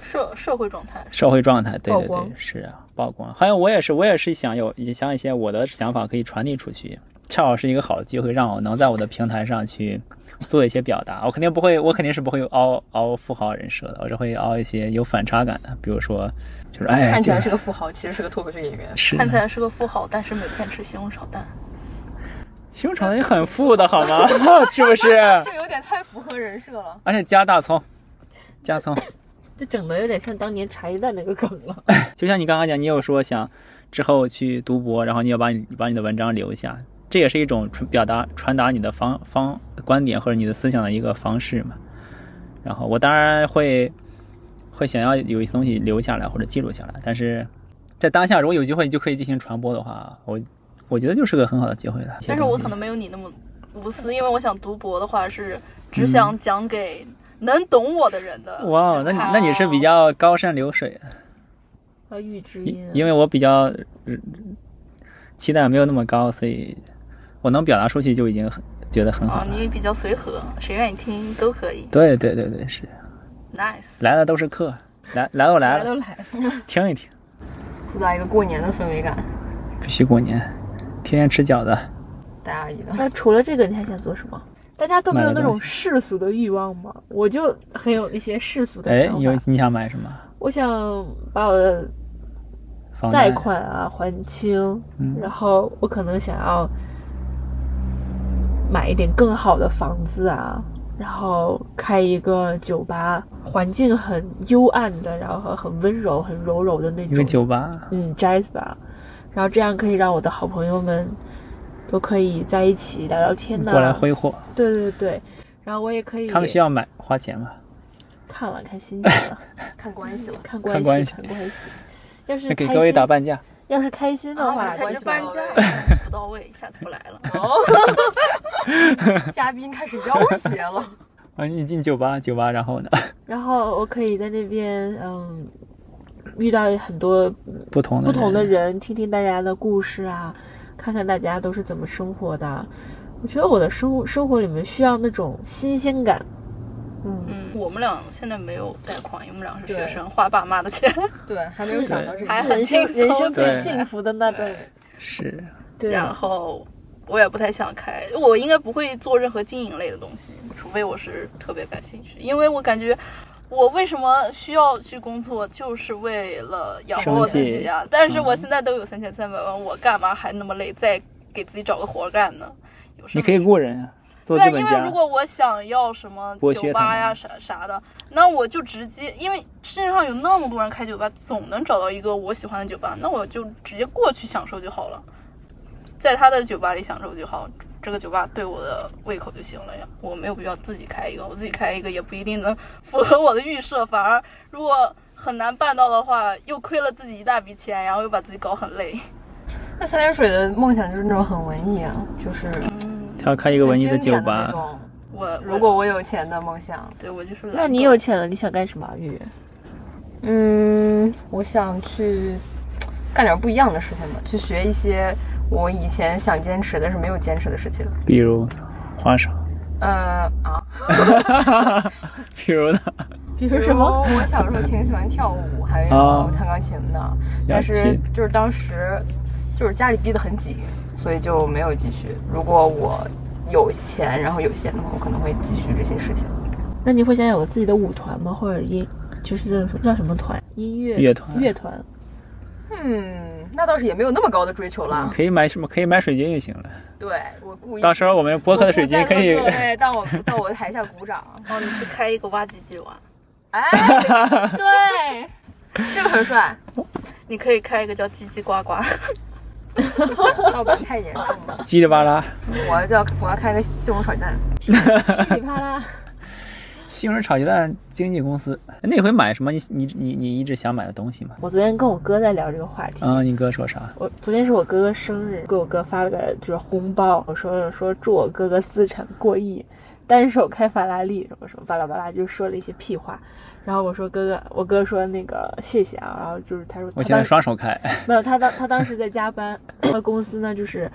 Speaker 4: 社社会状态，
Speaker 2: 社会状态。对
Speaker 1: 曝
Speaker 2: 对对
Speaker 1: 光，
Speaker 2: 是啊，曝光。还有我也是，我也是想有想一些我的想法可以传递出去，恰好是一个好的机会，让我能在我的平台上去做一些表达。我肯定不会，我肯定是不会凹凹富豪人设的，我是会凹一些有反差感的，比如说就是哎，
Speaker 3: 看起来
Speaker 2: 这
Speaker 3: 是个富豪，其实是个脱口秀演员。
Speaker 2: 是
Speaker 4: 看起来是个富豪，但是每天吃西红柿炒蛋。
Speaker 2: 西红柿炒蛋也很富的好吗？ 是不是？
Speaker 3: 这有点太符合人设了。
Speaker 2: 而且加大葱，加葱。
Speaker 1: 这整的有点像当年茶叶蛋那个梗了。
Speaker 2: 就像你刚刚讲，你有说想之后去读博，然后你要把你把你的文章留下，这也是一种传表达传达你的方方观点或者你的思想的一个方式嘛。然后我当然会会想要有一些东西留下来或者记录下来，但是在当下如果有机会就可以进行传播的话，我我觉得就是个很好的机会了。
Speaker 4: 但是我可能没有你那么无私，因为我想读博的话是只想讲给能懂我的人的。
Speaker 2: 嗯哇哦，那你那你是比较高山流水的，
Speaker 1: 啊，预知
Speaker 2: 因
Speaker 1: 音啊，
Speaker 2: 因为我比较呃期待没有那么高，所以我能表达出去就已经很觉得很好
Speaker 4: 啊，
Speaker 2: 了。
Speaker 4: 你也比较随和，谁愿意听都可以。
Speaker 2: 对对对对，是
Speaker 4: Nice，
Speaker 2: 来了都是客，来来都来
Speaker 1: 来
Speaker 2: 了，
Speaker 1: 都来了，
Speaker 2: 听一听。
Speaker 3: 主打一个过年的氛围感，
Speaker 2: 必须过年，天天吃饺子，
Speaker 3: 大阿姨的。
Speaker 1: 那除了这个，你还想做什么？大家都没有那种世俗的欲望吗？我就很有一些世俗的
Speaker 2: 哎，
Speaker 1: 想
Speaker 2: 你有
Speaker 1: 法。
Speaker 2: 你想买什么？
Speaker 1: 我想把我的
Speaker 2: 房
Speaker 1: 贷
Speaker 2: 贷
Speaker 1: 款啊还清，
Speaker 2: 嗯
Speaker 1: 然后我可能想要买一点更好的房子啊，然后开一个酒吧，环境很幽暗的，然后很温柔、很柔柔的那
Speaker 2: 一个
Speaker 1: 种，
Speaker 2: 酒吧，
Speaker 1: 嗯，jazz 吧，然后这样可以让我的好朋友们都可以在一起聊聊天呐、
Speaker 2: 过来挥霍。
Speaker 1: 对对对，然后我也可以
Speaker 2: 他们需要买花钱吗？
Speaker 1: 看了看心情 了，
Speaker 3: 看关系了。
Speaker 1: 看关系，
Speaker 2: 关系
Speaker 1: 看关系。要是
Speaker 2: 那给
Speaker 1: 开
Speaker 2: 各位
Speaker 1: 心
Speaker 2: 打半价。
Speaker 1: 要是开心的
Speaker 4: 啊，我
Speaker 1: 话，
Speaker 4: 们才
Speaker 3: 关
Speaker 4: 是
Speaker 3: 系
Speaker 4: 搬
Speaker 3: 到
Speaker 4: 家
Speaker 3: 位
Speaker 4: 不到位，下次不来了。
Speaker 3: 嘉宾开始要挟了，
Speaker 2: 啊，你进酒吧，酒吧，然后呢？
Speaker 1: 然后我可以在那边，嗯，遇到很多
Speaker 2: 不同的
Speaker 1: 不同的人，听听大家的故事啊，看看大家都是怎么生活的。我觉得我的生活生活里面需要那种新鲜感，嗯，
Speaker 4: 嗯，我们俩现在没有贷款，因为我们俩是学
Speaker 3: 对
Speaker 4: 生，花爸妈的钱。
Speaker 3: 对，还没有想到这
Speaker 4: 还
Speaker 3: 个。
Speaker 4: 很
Speaker 1: 人生
Speaker 4: 轻松
Speaker 1: 人生最
Speaker 2: 对
Speaker 1: 幸福的那段，
Speaker 2: 是
Speaker 1: 对，
Speaker 4: 然后我也不太想开，我应该不会做任何经营类的东西，除非我是特别感兴趣，因为我感觉。我为什么需要去工作，就是为了养活我自己啊！但是
Speaker 2: 嗯
Speaker 4: 我现在都有三千三百万，我干嘛还那么累，再给自己找个活儿干呢？有什
Speaker 2: 你
Speaker 4: 么
Speaker 2: 可以雇人啊，做
Speaker 4: 对，
Speaker 2: 资本
Speaker 4: 因为
Speaker 2: 家
Speaker 4: 如。果我想要什么
Speaker 2: 剥削
Speaker 4: 酒
Speaker 2: 他
Speaker 4: 吧
Speaker 2: 们
Speaker 4: 呀啥啥的，那我就直接，因为世界上有那么多人开酒吧，总能找到一个我喜欢的酒吧，那我就直接过去享受就好了，在他的酒吧里享受就好，这个酒吧对我的胃口就行了呀，我没有必要自己开一个，我自己开一个也不一定能符合我的预设，反而如果很难办到的话，又亏了自己一大笔钱，然后又把自己搞很累。
Speaker 3: 那三点水的梦想就是那种很文艺啊，就是
Speaker 4: 嗯，
Speaker 2: 他要开一个文艺的酒
Speaker 3: 很经典的那
Speaker 2: 吧，
Speaker 3: 种。
Speaker 4: 我我
Speaker 3: 如果我有钱的梦想，
Speaker 4: 对我就是懒
Speaker 1: 那你
Speaker 4: 狗
Speaker 1: 有钱了，你想干什么啊？玉圆，
Speaker 3: 嗯，我想去干点不一样的事情吧，去学一些我以前想坚持但是没有坚持的事情。
Speaker 2: 比如花少，
Speaker 3: 呃啊，
Speaker 2: 比如呢，
Speaker 1: 比
Speaker 3: 比
Speaker 1: 如
Speaker 3: 如
Speaker 1: 什么？
Speaker 3: 我小时候挺喜欢跳舞，还有
Speaker 2: 啊
Speaker 3: 弹钢琴的，
Speaker 2: 要
Speaker 3: 但是
Speaker 2: 去
Speaker 3: 就是当时就是家里逼得很紧，所以就没有继续。如果我有钱，然后有闲的话，我可能会继续这些事情。
Speaker 1: 那你会想有个自己的舞团吗？或者音，就是这种叫什么团？音乐
Speaker 2: 乐团
Speaker 1: 乐团。
Speaker 3: 嗯，那倒是也没有那么高的追求啦。
Speaker 2: 可以买什么？可以买水军就行了。
Speaker 3: 对我故意
Speaker 2: 嗯到时候我们播客的水军可以
Speaker 3: 我不在各位到我到我的台下 鼓掌。
Speaker 4: 哦，你去开一个挖机机玩。
Speaker 3: 哎， 对，这个很帅。
Speaker 4: 你可以开一个叫“叽叽 呱呱
Speaker 3: 要不太严重了，
Speaker 2: 叽里哇啦。
Speaker 3: 我要叫我要开个西红柿炒鸡蛋。
Speaker 1: 噼里啪 啦，
Speaker 2: 西红柿炒鸡蛋经纪公司，那回买什么？你你你你一直想买的东西吗？
Speaker 1: 我昨天跟我哥在聊这个话题。
Speaker 2: 啊，你哥说啥？
Speaker 1: 我昨天是我哥哥生日，给我哥发了个就是红包，我说说祝我哥哥资产过亿，单手开法拉利什么什么巴拉巴拉，就说了一些屁话。然后我说哥哥，我哥说那个谢谢啊，然后就是他说他
Speaker 2: 我现在
Speaker 1: 当
Speaker 2: 双手开，
Speaker 1: 没有，他当他当时在加班，他公司呢就是，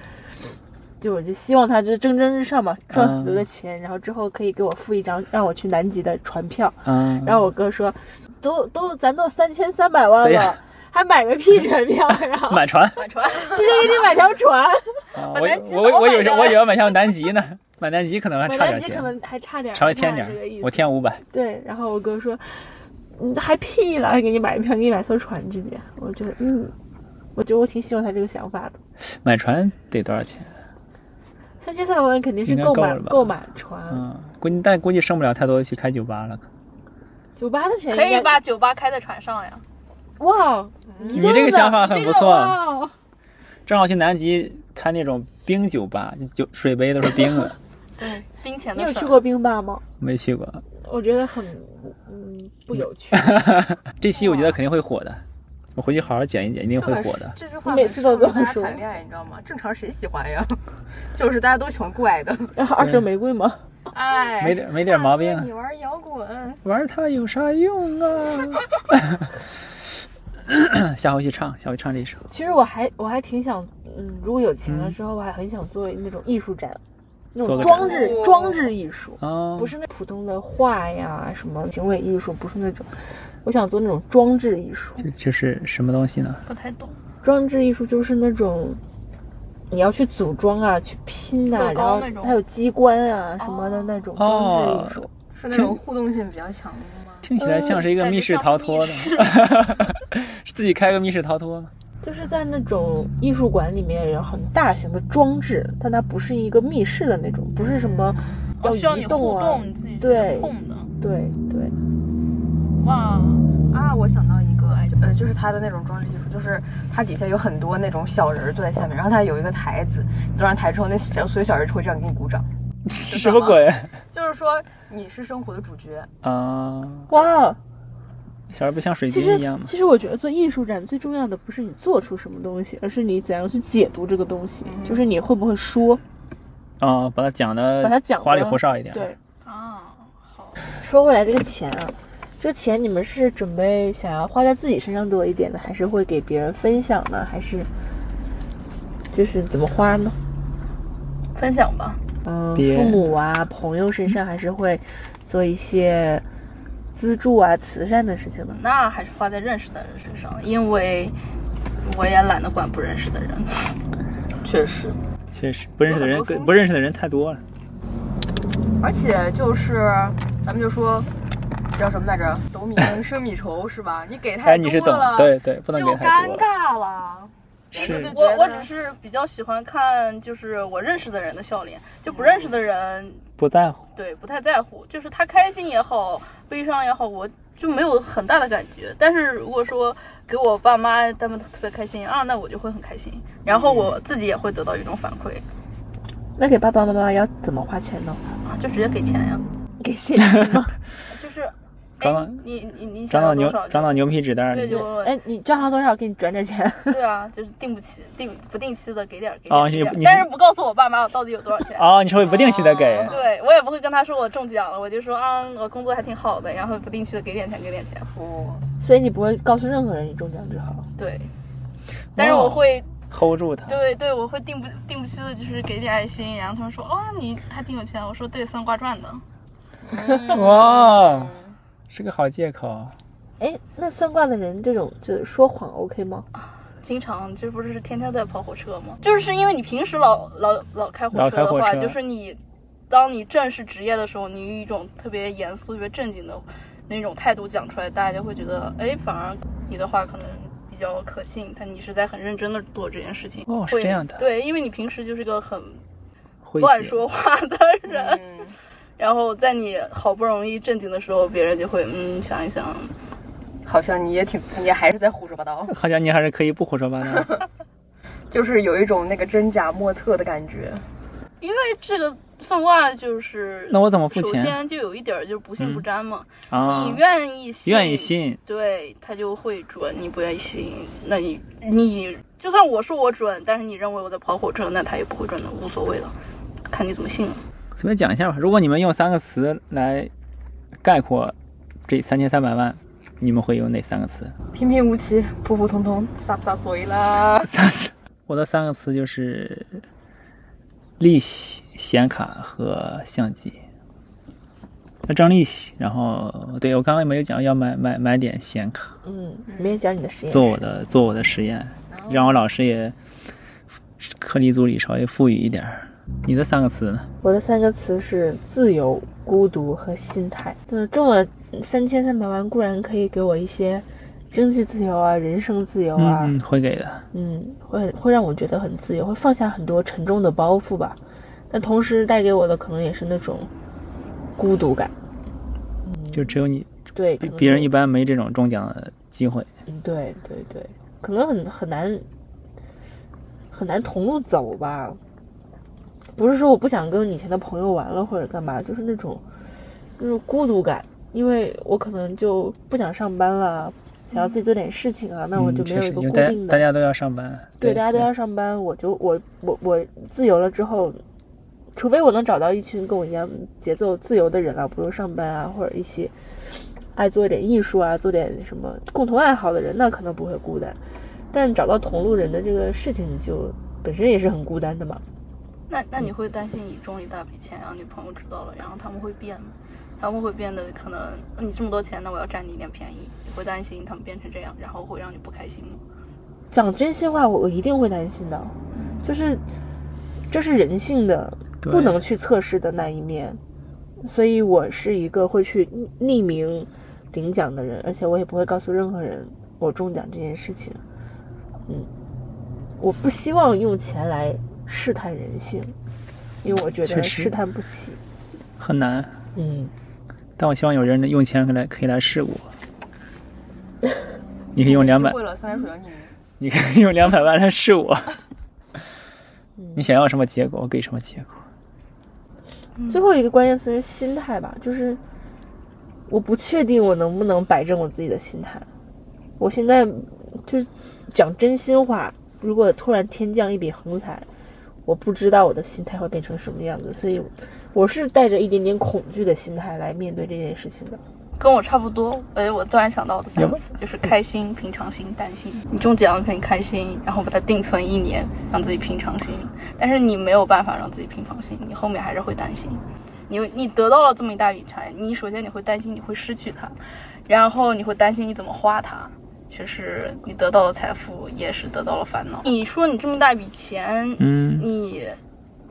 Speaker 1: 就我就希望他就蒸蒸日上嘛，赚很多
Speaker 2: 嗯
Speaker 1: 的钱，然后之后可以给我付一张让我去南极的船票。
Speaker 2: 嗯，
Speaker 1: 然后我哥说，都都咱都三千三百万
Speaker 2: 对
Speaker 1: 了
Speaker 2: 呀，
Speaker 1: 还买个屁船票呀？
Speaker 2: 满船。
Speaker 3: 买船，
Speaker 1: 直接给你买条 船，
Speaker 2: 啊、
Speaker 4: 把
Speaker 2: 我
Speaker 4: 南极
Speaker 2: 我我
Speaker 4: 岛
Speaker 2: 我以
Speaker 4: 买
Speaker 2: 为
Speaker 4: 下
Speaker 2: 我
Speaker 4: 来
Speaker 2: 以为买像南极呢，买南极可能还
Speaker 1: 买
Speaker 2: 差
Speaker 1: 南
Speaker 2: 点
Speaker 1: 极可
Speaker 2: 钱，
Speaker 1: 能还差点儿，
Speaker 2: 稍微偏
Speaker 1: 差
Speaker 2: 点
Speaker 1: 这个意
Speaker 2: 儿，
Speaker 1: 思
Speaker 2: 我添五百。
Speaker 1: 对，然后我哥说，嗯，还屁了，还给你买一票，给你买艘船直接。我觉得，嗯，我觉得我挺喜欢他这个想法的。
Speaker 2: 买船得多少钱？
Speaker 1: 像接下来我肯定是
Speaker 2: 应该
Speaker 1: 购
Speaker 2: 够
Speaker 1: 买
Speaker 2: 了吧
Speaker 1: 购买船，
Speaker 2: 嗯，估计但估计剩不了太多去开酒吧了。
Speaker 1: 酒吧的钱
Speaker 3: 呃
Speaker 4: 可以
Speaker 1: 应该
Speaker 4: 把酒吧开在船上呀。
Speaker 1: 哇，
Speaker 2: 你
Speaker 1: 顿
Speaker 2: 这
Speaker 1: 的
Speaker 2: 个想法很
Speaker 1: 这个
Speaker 2: 不错
Speaker 1: 哇
Speaker 2: 正好去南极看那种冰酒吧，酒水杯都是冰的，
Speaker 4: 对，冰钱
Speaker 1: 你
Speaker 4: 的
Speaker 1: 有
Speaker 4: 事儿
Speaker 1: 去过冰坝吗？
Speaker 2: 没去过。
Speaker 1: 我觉得很，嗯，不有趣。
Speaker 2: 这期我觉得肯定会火的，我回去好好剪一剪，一定会火的。
Speaker 3: 这句话
Speaker 1: 你每次都跟我
Speaker 3: 大家
Speaker 1: 说
Speaker 3: 谈恋爱，你知道吗？正常谁喜欢呀？就是大家都喜欢怪的。
Speaker 1: 然后二手玫瑰吗？
Speaker 3: 哎，
Speaker 2: 没点没点毛病，啊
Speaker 3: 你玩摇滚，
Speaker 2: 玩它有啥用啊？下回去唱，下回唱这一首。
Speaker 1: 其实我还我还挺想，嗯，如果有钱了之后，我还很想做那种艺术展，那
Speaker 2: 做
Speaker 1: 种
Speaker 2: 个
Speaker 1: 装
Speaker 4: 展
Speaker 1: 置
Speaker 4: 哦
Speaker 1: 装置艺术，
Speaker 2: 哦，
Speaker 1: 不是那普通的画呀什么行为艺术，不是那种，我想做那种装置艺术。
Speaker 2: 就就是什么东西呢？
Speaker 4: 不太懂。
Speaker 1: 装置艺术就是那种。你要去组装啊，去拼呐、
Speaker 4: 乐
Speaker 1: 然
Speaker 4: 高
Speaker 1: 后
Speaker 4: 那种哦
Speaker 1: 它有机关啊什么的那种装置艺术。
Speaker 3: 是那种互动性比较强的吗？
Speaker 2: 听起来像是一个
Speaker 4: 感觉
Speaker 2: 密室
Speaker 4: 像是
Speaker 2: 逃脱
Speaker 4: 密
Speaker 2: 的，
Speaker 4: 室
Speaker 2: 自己开个密室逃脱吗？
Speaker 1: 就是在那种艺术馆里面有很大型的装置，但它不是一个密室的那种，不是什么
Speaker 4: 哦，需要
Speaker 1: 移
Speaker 4: 你
Speaker 1: 动
Speaker 4: 互
Speaker 1: 啊，
Speaker 4: 动，你自己去
Speaker 1: 对
Speaker 4: 碰的。
Speaker 1: 对对，
Speaker 4: 哇，
Speaker 3: 啊，我想到一个，哎，呃，就是它的那种装置艺术，就是它底下有很多那种小人儿坐在下面，然后它有一个台子，你坐上台之后，那小所有小人就会这样给你鼓掌。
Speaker 2: 什么鬼
Speaker 3: 就是说你是生活的主角，
Speaker 2: 啊？
Speaker 1: 哇，
Speaker 2: 小孩不像水
Speaker 1: 其
Speaker 2: 晶
Speaker 1: 实
Speaker 2: 一样吗？
Speaker 1: 其实我觉得做艺术展最重要的不是你做出什么东西，而是你怎样去解读这个东西，
Speaker 3: 嗯
Speaker 1: 就是你会不会说，
Speaker 2: 啊，把它讲的
Speaker 1: 把它讲
Speaker 2: 花里
Speaker 1: 得
Speaker 2: 胡哨一点。
Speaker 1: 对，
Speaker 4: 啊，好，
Speaker 1: 说回来这个钱啊，这个钱你们是准备想要花在自己身上多一点呢，还是会给别人分享呢，还是就是怎么花呢？
Speaker 4: 分享吧。
Speaker 1: 嗯，
Speaker 2: 别
Speaker 1: 父母啊、朋友身上还是会做一些资助啊、慈善的事情的。
Speaker 4: 那还是花在认识的人身上，因为我也懒得管不认识的人。
Speaker 3: 确实，
Speaker 2: 确实，不认识的人
Speaker 3: 有很多
Speaker 2: 跟
Speaker 3: 风
Speaker 2: 不认识的人太多了。
Speaker 3: 而且就是咱们就说叫什么来着，斗米恩奢米仇是吧？你给
Speaker 2: 哎，
Speaker 3: 太
Speaker 2: 你是
Speaker 3: 多
Speaker 2: 懂
Speaker 3: 了，，
Speaker 2: 对对，不能
Speaker 3: 就
Speaker 2: 给太
Speaker 3: 尴
Speaker 2: 多了。
Speaker 3: 尬了。
Speaker 2: 是
Speaker 3: 就觉
Speaker 4: 我
Speaker 3: 得
Speaker 4: 我只是比较喜欢看，就是我认识的人的笑脸，就不认识的人，
Speaker 2: 不在乎，
Speaker 4: 对，不太在乎，就是他开心也好，悲伤也好，我就没有很大的感觉。但是如果说给我爸妈他们特别开心啊，那我就会很开心，然后
Speaker 2: 嗯
Speaker 4: 我自己也会得到一种反馈
Speaker 1: 那给爸爸妈妈要怎么花钱呢？
Speaker 4: 啊，就直接给钱呀，
Speaker 1: 给现金吗？
Speaker 4: 就是，哎
Speaker 2: 张导，
Speaker 4: 你你你
Speaker 2: 长
Speaker 4: 想
Speaker 2: 到
Speaker 4: 要
Speaker 2: 牛
Speaker 4: 多少？
Speaker 2: 长到牛皮纸袋
Speaker 4: 对，
Speaker 2: 里。
Speaker 4: 就
Speaker 1: 哎，你账上多少给你转点钱？
Speaker 4: 对啊，就是定不期、定不定期的给点儿给点
Speaker 2: 哦
Speaker 4: 儿，给
Speaker 2: 你
Speaker 4: 点儿
Speaker 2: 你
Speaker 4: 但是不告诉我爸妈我到底有多少钱。
Speaker 2: 哦，你是会不
Speaker 4: 啊
Speaker 2: 定期的给
Speaker 3: 哦，
Speaker 4: 对我也不会跟他说我中奖了，我就说啊，我工作还挺好的，然后不定期的给点钱，给点钱。
Speaker 3: 哦，
Speaker 1: 所以你不会告诉任何人你中奖就好。
Speaker 4: 对，但是
Speaker 2: 哦
Speaker 4: 我会，
Speaker 2: hold 住它。
Speaker 4: 对对，我会定不定不期的，就是给点爱心。然后他们说，哇、你还挺有钱。我说，对，算挂赚的。
Speaker 2: 嗯哇，是个好借口。
Speaker 1: 哎，那算卦的人这种就是说谎 OK 吗？
Speaker 4: 经常这不是天天在跑火车吗？就是因为你平时老老老开火
Speaker 2: 老
Speaker 4: 车
Speaker 2: 开
Speaker 4: 的
Speaker 2: 火
Speaker 4: 话，
Speaker 2: 车
Speaker 4: 就是你当你正式职业的时候，你有一种特别严肃、特别正经的那种态度讲出来，大家就会觉得，哎，反而你的话可能比较可信，但你是在很认真的做这件事情。
Speaker 2: 哦，是
Speaker 4: 会
Speaker 2: 这样的。
Speaker 4: 对，因为你平时就是个很
Speaker 2: 会
Speaker 4: 乱说话的人，
Speaker 3: 嗯，
Speaker 4: 然后在你好不容易正经的时候，别人就会嗯想一想，
Speaker 3: 好像你也挺，你还是在胡说八道，
Speaker 2: 好像你还是可以不胡说八道。
Speaker 3: 就是有一种那个真假莫测的感觉。
Speaker 4: 因为这个算卦就是
Speaker 2: 那我怎么付
Speaker 4: 首
Speaker 2: 钱
Speaker 4: 先就有一点儿就是不信不沾嘛，
Speaker 2: 啊
Speaker 4: 你？愿意信，
Speaker 2: 愿意，信，
Speaker 4: 对他就会准；你不愿意信，那你你就算我说我准，但是你认为我在跑火车，那他也不会准的，无所谓的，看你怎么信了。
Speaker 2: 随便讲一下吧。如果你们用三个词来概括这三千三百万，你们会用哪三个词？
Speaker 3: 平平无奇，普普通通，撒不撒水啦？
Speaker 2: 三个， 我的三个词就是利息、显卡和相机。那张利息，然后对我刚刚也没有讲要买买买点显卡，
Speaker 1: 嗯，没有讲你的实验
Speaker 2: 做我
Speaker 1: 室
Speaker 2: 的做我的实验，
Speaker 1: 哦
Speaker 2: 让我老师也课题组里稍微富裕一点儿。你的三个词呢？
Speaker 1: 我的三个词是自由、孤独和心态。对，中了三千三百万固然可以给我一些经济自由啊、人生自由啊，
Speaker 2: 嗯嗯，会给的。
Speaker 1: 嗯会会让我觉得很自由，会放下很多沉重的包袱吧。但同时带给我的可能也是那种孤独感。嗯
Speaker 2: 就只有你
Speaker 1: 对，可
Speaker 2: 别
Speaker 1: 能
Speaker 2: 别人
Speaker 1: 是
Speaker 2: 一般没这种中奖的机会。
Speaker 1: 嗯对对对，可能很很难很难同路走吧。不是说我不想跟以前的朋友玩了或者干嘛，就是那种那种孤独感，因为我可能就不想上班了，想要自己做点事情啊，那我
Speaker 2: 嗯
Speaker 1: 就没
Speaker 2: 确
Speaker 1: 有
Speaker 2: 实
Speaker 1: 一个
Speaker 2: 因为
Speaker 1: 固
Speaker 2: 大家
Speaker 1: 定
Speaker 2: 大
Speaker 1: 的。
Speaker 2: 家都要上班，
Speaker 1: 对，大家都要上班，我就我我我自由了之后，除非我能找到一群跟我一样节奏自由的人啊，不用上班啊，或者一起爱做点艺术啊，做点什么共同爱好的人，那可能不会孤单。但找到同路人的这个事情，就本身也是很孤单的嘛。
Speaker 4: 那那你会担心你中了一大笔钱，让你朋友知道了，然后他们会变吗？他们会变得可能呃你这么多钱，那我要占你一点便宜，你会担心他们变成这样，然后会让你不开心吗？
Speaker 1: 讲真心话，我我一定会担心的，就是这是人性的，
Speaker 2: 对
Speaker 1: 不能去测试的那一面，所以我是一个会去匿匿名领奖的人，而且我也不会告诉任何人我中奖这件事情。嗯，我不希望用钱来试探人性，因为我觉
Speaker 2: 确
Speaker 1: 得
Speaker 2: 实
Speaker 1: 试探不起。
Speaker 2: 很难。
Speaker 1: 嗯，
Speaker 2: 但我希望有人能用钱来可以来试我。你可以用两百
Speaker 3: 为，了三水要匿名，
Speaker 2: 你可以用两百万来试我。你想要什么结果，我给什么结果。
Speaker 1: 最后一个关键词是心态吧，就是我不确定我能不能摆正我自己的心态。我现在就是讲真心话，如果突然天降一笔横财，我不知道我的心态会变成什么样子，所以我是带着一点点恐惧的心态来面对这件事情的。
Speaker 4: 跟我差不多。哎，我突然想到的三个词就是开心、平常心、担心。你中奖可以开心，然后把它定存一年，让自己平常心。但是你没有办法让自己平常心，你后面还是会担心。你你得到了这么一大笔钱，你首先你会担心你会失去它，然后你会担心你怎么花它。其实你得到了财富，也是得到了烦恼。你说你这么大笔钱，
Speaker 2: 嗯，
Speaker 4: 你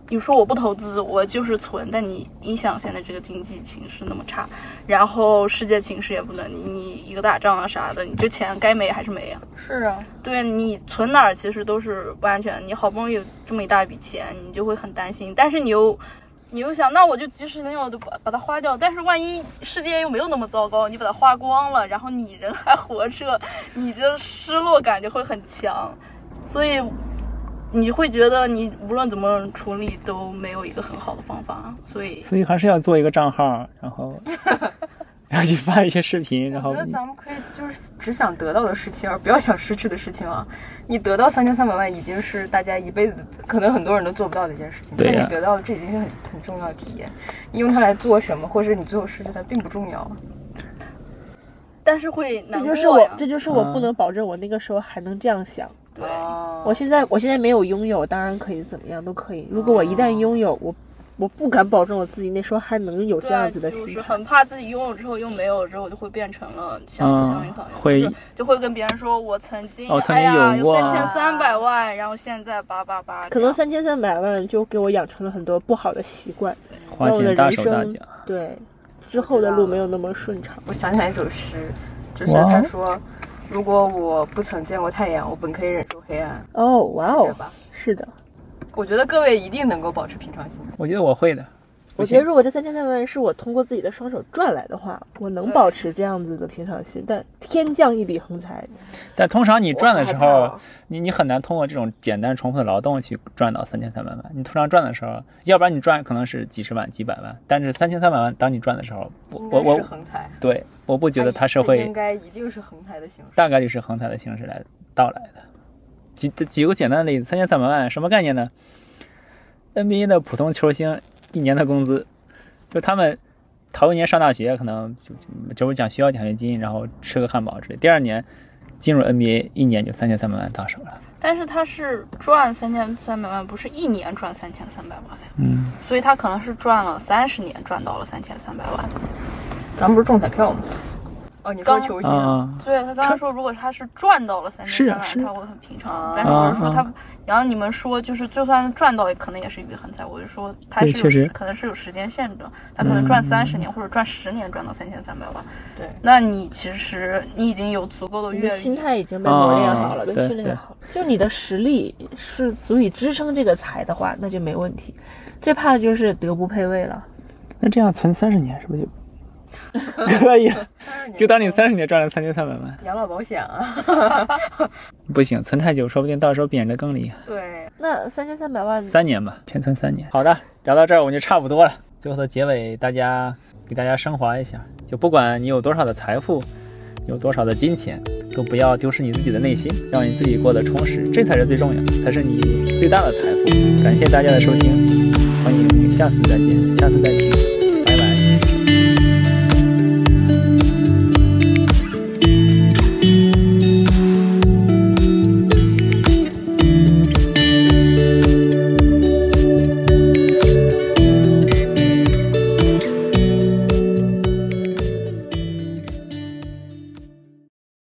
Speaker 4: 你说我不投资，我就是存，但你你想现在这个经济形势那么差，然后世界形势也不能，你你一个打仗啊啥的，你这钱该没还是没啊？
Speaker 3: 是啊，
Speaker 4: 对你存哪儿其实都是不安全。你好不容易有这么一大笔钱，你就会很担心，但是你又。你又想，那我就及时能有的把把它花掉，但是万一世界又没有那么糟糕，你把它花光了，然后你人还活着，你这失落感就会很强，所以你会觉得你无论怎么处理都没有一个很好的方法，所以
Speaker 2: 所以还是要做一个账号，然后然后去发一些视频，然
Speaker 3: 我
Speaker 2: 后
Speaker 3: 觉得咱们可以就是只想得到的事情，而不要想失去的事情啊。你得到三千三百万已经是大家一辈子可能很多人都做不到的一件事情，
Speaker 2: 对呀
Speaker 3: 但你得到的这已经是很很重要的体验。你用它来做什么，或者是你最后失去它并不重要。
Speaker 4: 但是会难
Speaker 1: 这
Speaker 4: 过
Speaker 1: 就是我
Speaker 4: 呀，
Speaker 1: 这就是我
Speaker 2: 嗯
Speaker 1: 不能保证我那个时候还能这样想。
Speaker 4: 对，
Speaker 1: 我现在我现在没有拥有，当然可以怎么样都可以。如果我一旦拥有，我我不敢保证我自己那时候还能有这
Speaker 4: 对
Speaker 1: 样子的
Speaker 4: 就
Speaker 1: 心
Speaker 4: 是
Speaker 1: 态。
Speaker 4: 很怕自己拥有之后又没有之后，就会变成了像
Speaker 2: 嗯
Speaker 4: 像云草一样，
Speaker 2: 会
Speaker 4: 就是就会跟别人说我曾经，
Speaker 2: 哦曾经
Speaker 4: 哎呀，
Speaker 2: 有
Speaker 4: 有
Speaker 2: 过
Speaker 4: 三千三百万，然后现在八八八，
Speaker 1: 可能
Speaker 4: 这样
Speaker 1: 三千三百万就给我养成了很多不好的习惯，
Speaker 2: 花
Speaker 1: 让我的
Speaker 2: 钱
Speaker 1: 人
Speaker 2: 大手大
Speaker 1: 生
Speaker 2: 脚。
Speaker 1: 对，之后的路没有那么顺畅。
Speaker 3: 我想起来一首诗，就是
Speaker 2: 哇哦
Speaker 3: 他说：“如果我不曾见过太阳，我本可以忍受黑暗。
Speaker 1: 哦，哇”
Speaker 3: 对
Speaker 1: 哦，
Speaker 3: 吧？
Speaker 1: 是的，
Speaker 3: 我觉得各位一定能够保持平常心。
Speaker 2: 我觉得我会的。
Speaker 1: 我觉得如果这三千三百万是我通过自己的双手赚来的话，我能保持这样子的平常心。但天降一笔横财，
Speaker 2: 但通常你赚的时
Speaker 3: 我害
Speaker 2: 候
Speaker 3: 怕，啊
Speaker 2: 你你很难通过这种简单重复的劳动去赚到三千三百万。你通常赚的时候，要不然你赚可能是几十万、几百万，但是三千三百万，当你赚的时候，我
Speaker 3: 应
Speaker 2: 我
Speaker 3: 该是
Speaker 2: 我
Speaker 3: 横财，
Speaker 2: 对，我不觉得它是会
Speaker 3: 应该一定是横财的形式。
Speaker 2: 大概率是横财的形式来到来的。举举个简单的例子，三千三百万什么概念呢？NBA 的普通球星一年的工资，就他们头一年上大学可能就就就是奖学校奖学金，然后吃个汉堡之类，第二年进入 NBA 一年就三千三百万到手了。
Speaker 4: 但是他是赚三千三百万，不是一年赚三千三百万呀，
Speaker 2: 嗯。
Speaker 4: 所以他可能是赚了三十年，赚到了三千三百万，
Speaker 3: 咱们不是中彩票吗？哦，你说
Speaker 4: 刚
Speaker 3: 球星
Speaker 2: 啊
Speaker 3: 啊，
Speaker 2: 啊，
Speaker 4: 对他刚才说，如果他是赚到了三千
Speaker 2: 是
Speaker 4: 三
Speaker 2: 啊是
Speaker 4: 百，
Speaker 2: 啊
Speaker 4: 他会很平
Speaker 3: 啊
Speaker 4: 常。但是我是说
Speaker 2: 啊
Speaker 4: 他，然后你们说就是就算赚到，可能也是一笔横财。我就说他
Speaker 2: 对
Speaker 4: 是
Speaker 2: 确
Speaker 4: 有
Speaker 2: 实嗯
Speaker 4: 时可能是有时间限制的，他可能赚三十年或者赚十年赚到三千三百万。
Speaker 1: 对
Speaker 4: 那你其实你已经有足够的
Speaker 1: 你的
Speaker 4: 阅
Speaker 1: 心
Speaker 4: 历，
Speaker 1: 态已经被磨练好了，
Speaker 2: 啊
Speaker 1: 被
Speaker 2: 对
Speaker 1: 训
Speaker 2: 对
Speaker 1: 练好了。就你的实力是足以支撑这个财的话，那就没问题。最怕的就是德不配位了。
Speaker 2: 那这样存三十年是不是就可以了？就当你三十年赚了三千三百万，
Speaker 3: 养老保险啊，
Speaker 2: 不行，存太久，说不定到时候贬值更厉害。
Speaker 3: 对，
Speaker 1: 那三千三百万，
Speaker 2: 三年吧，先存三年。好的，聊到这儿我们就差不多了。最后的结尾，大家给大家升华一下，就不管你有多少的财富，有多少的金钱，都不要丢失你自己的内心，让你自己过得充实，这才是最重要，才是你最大的财富。感谢大家的收听，欢迎下次再见，下次再听。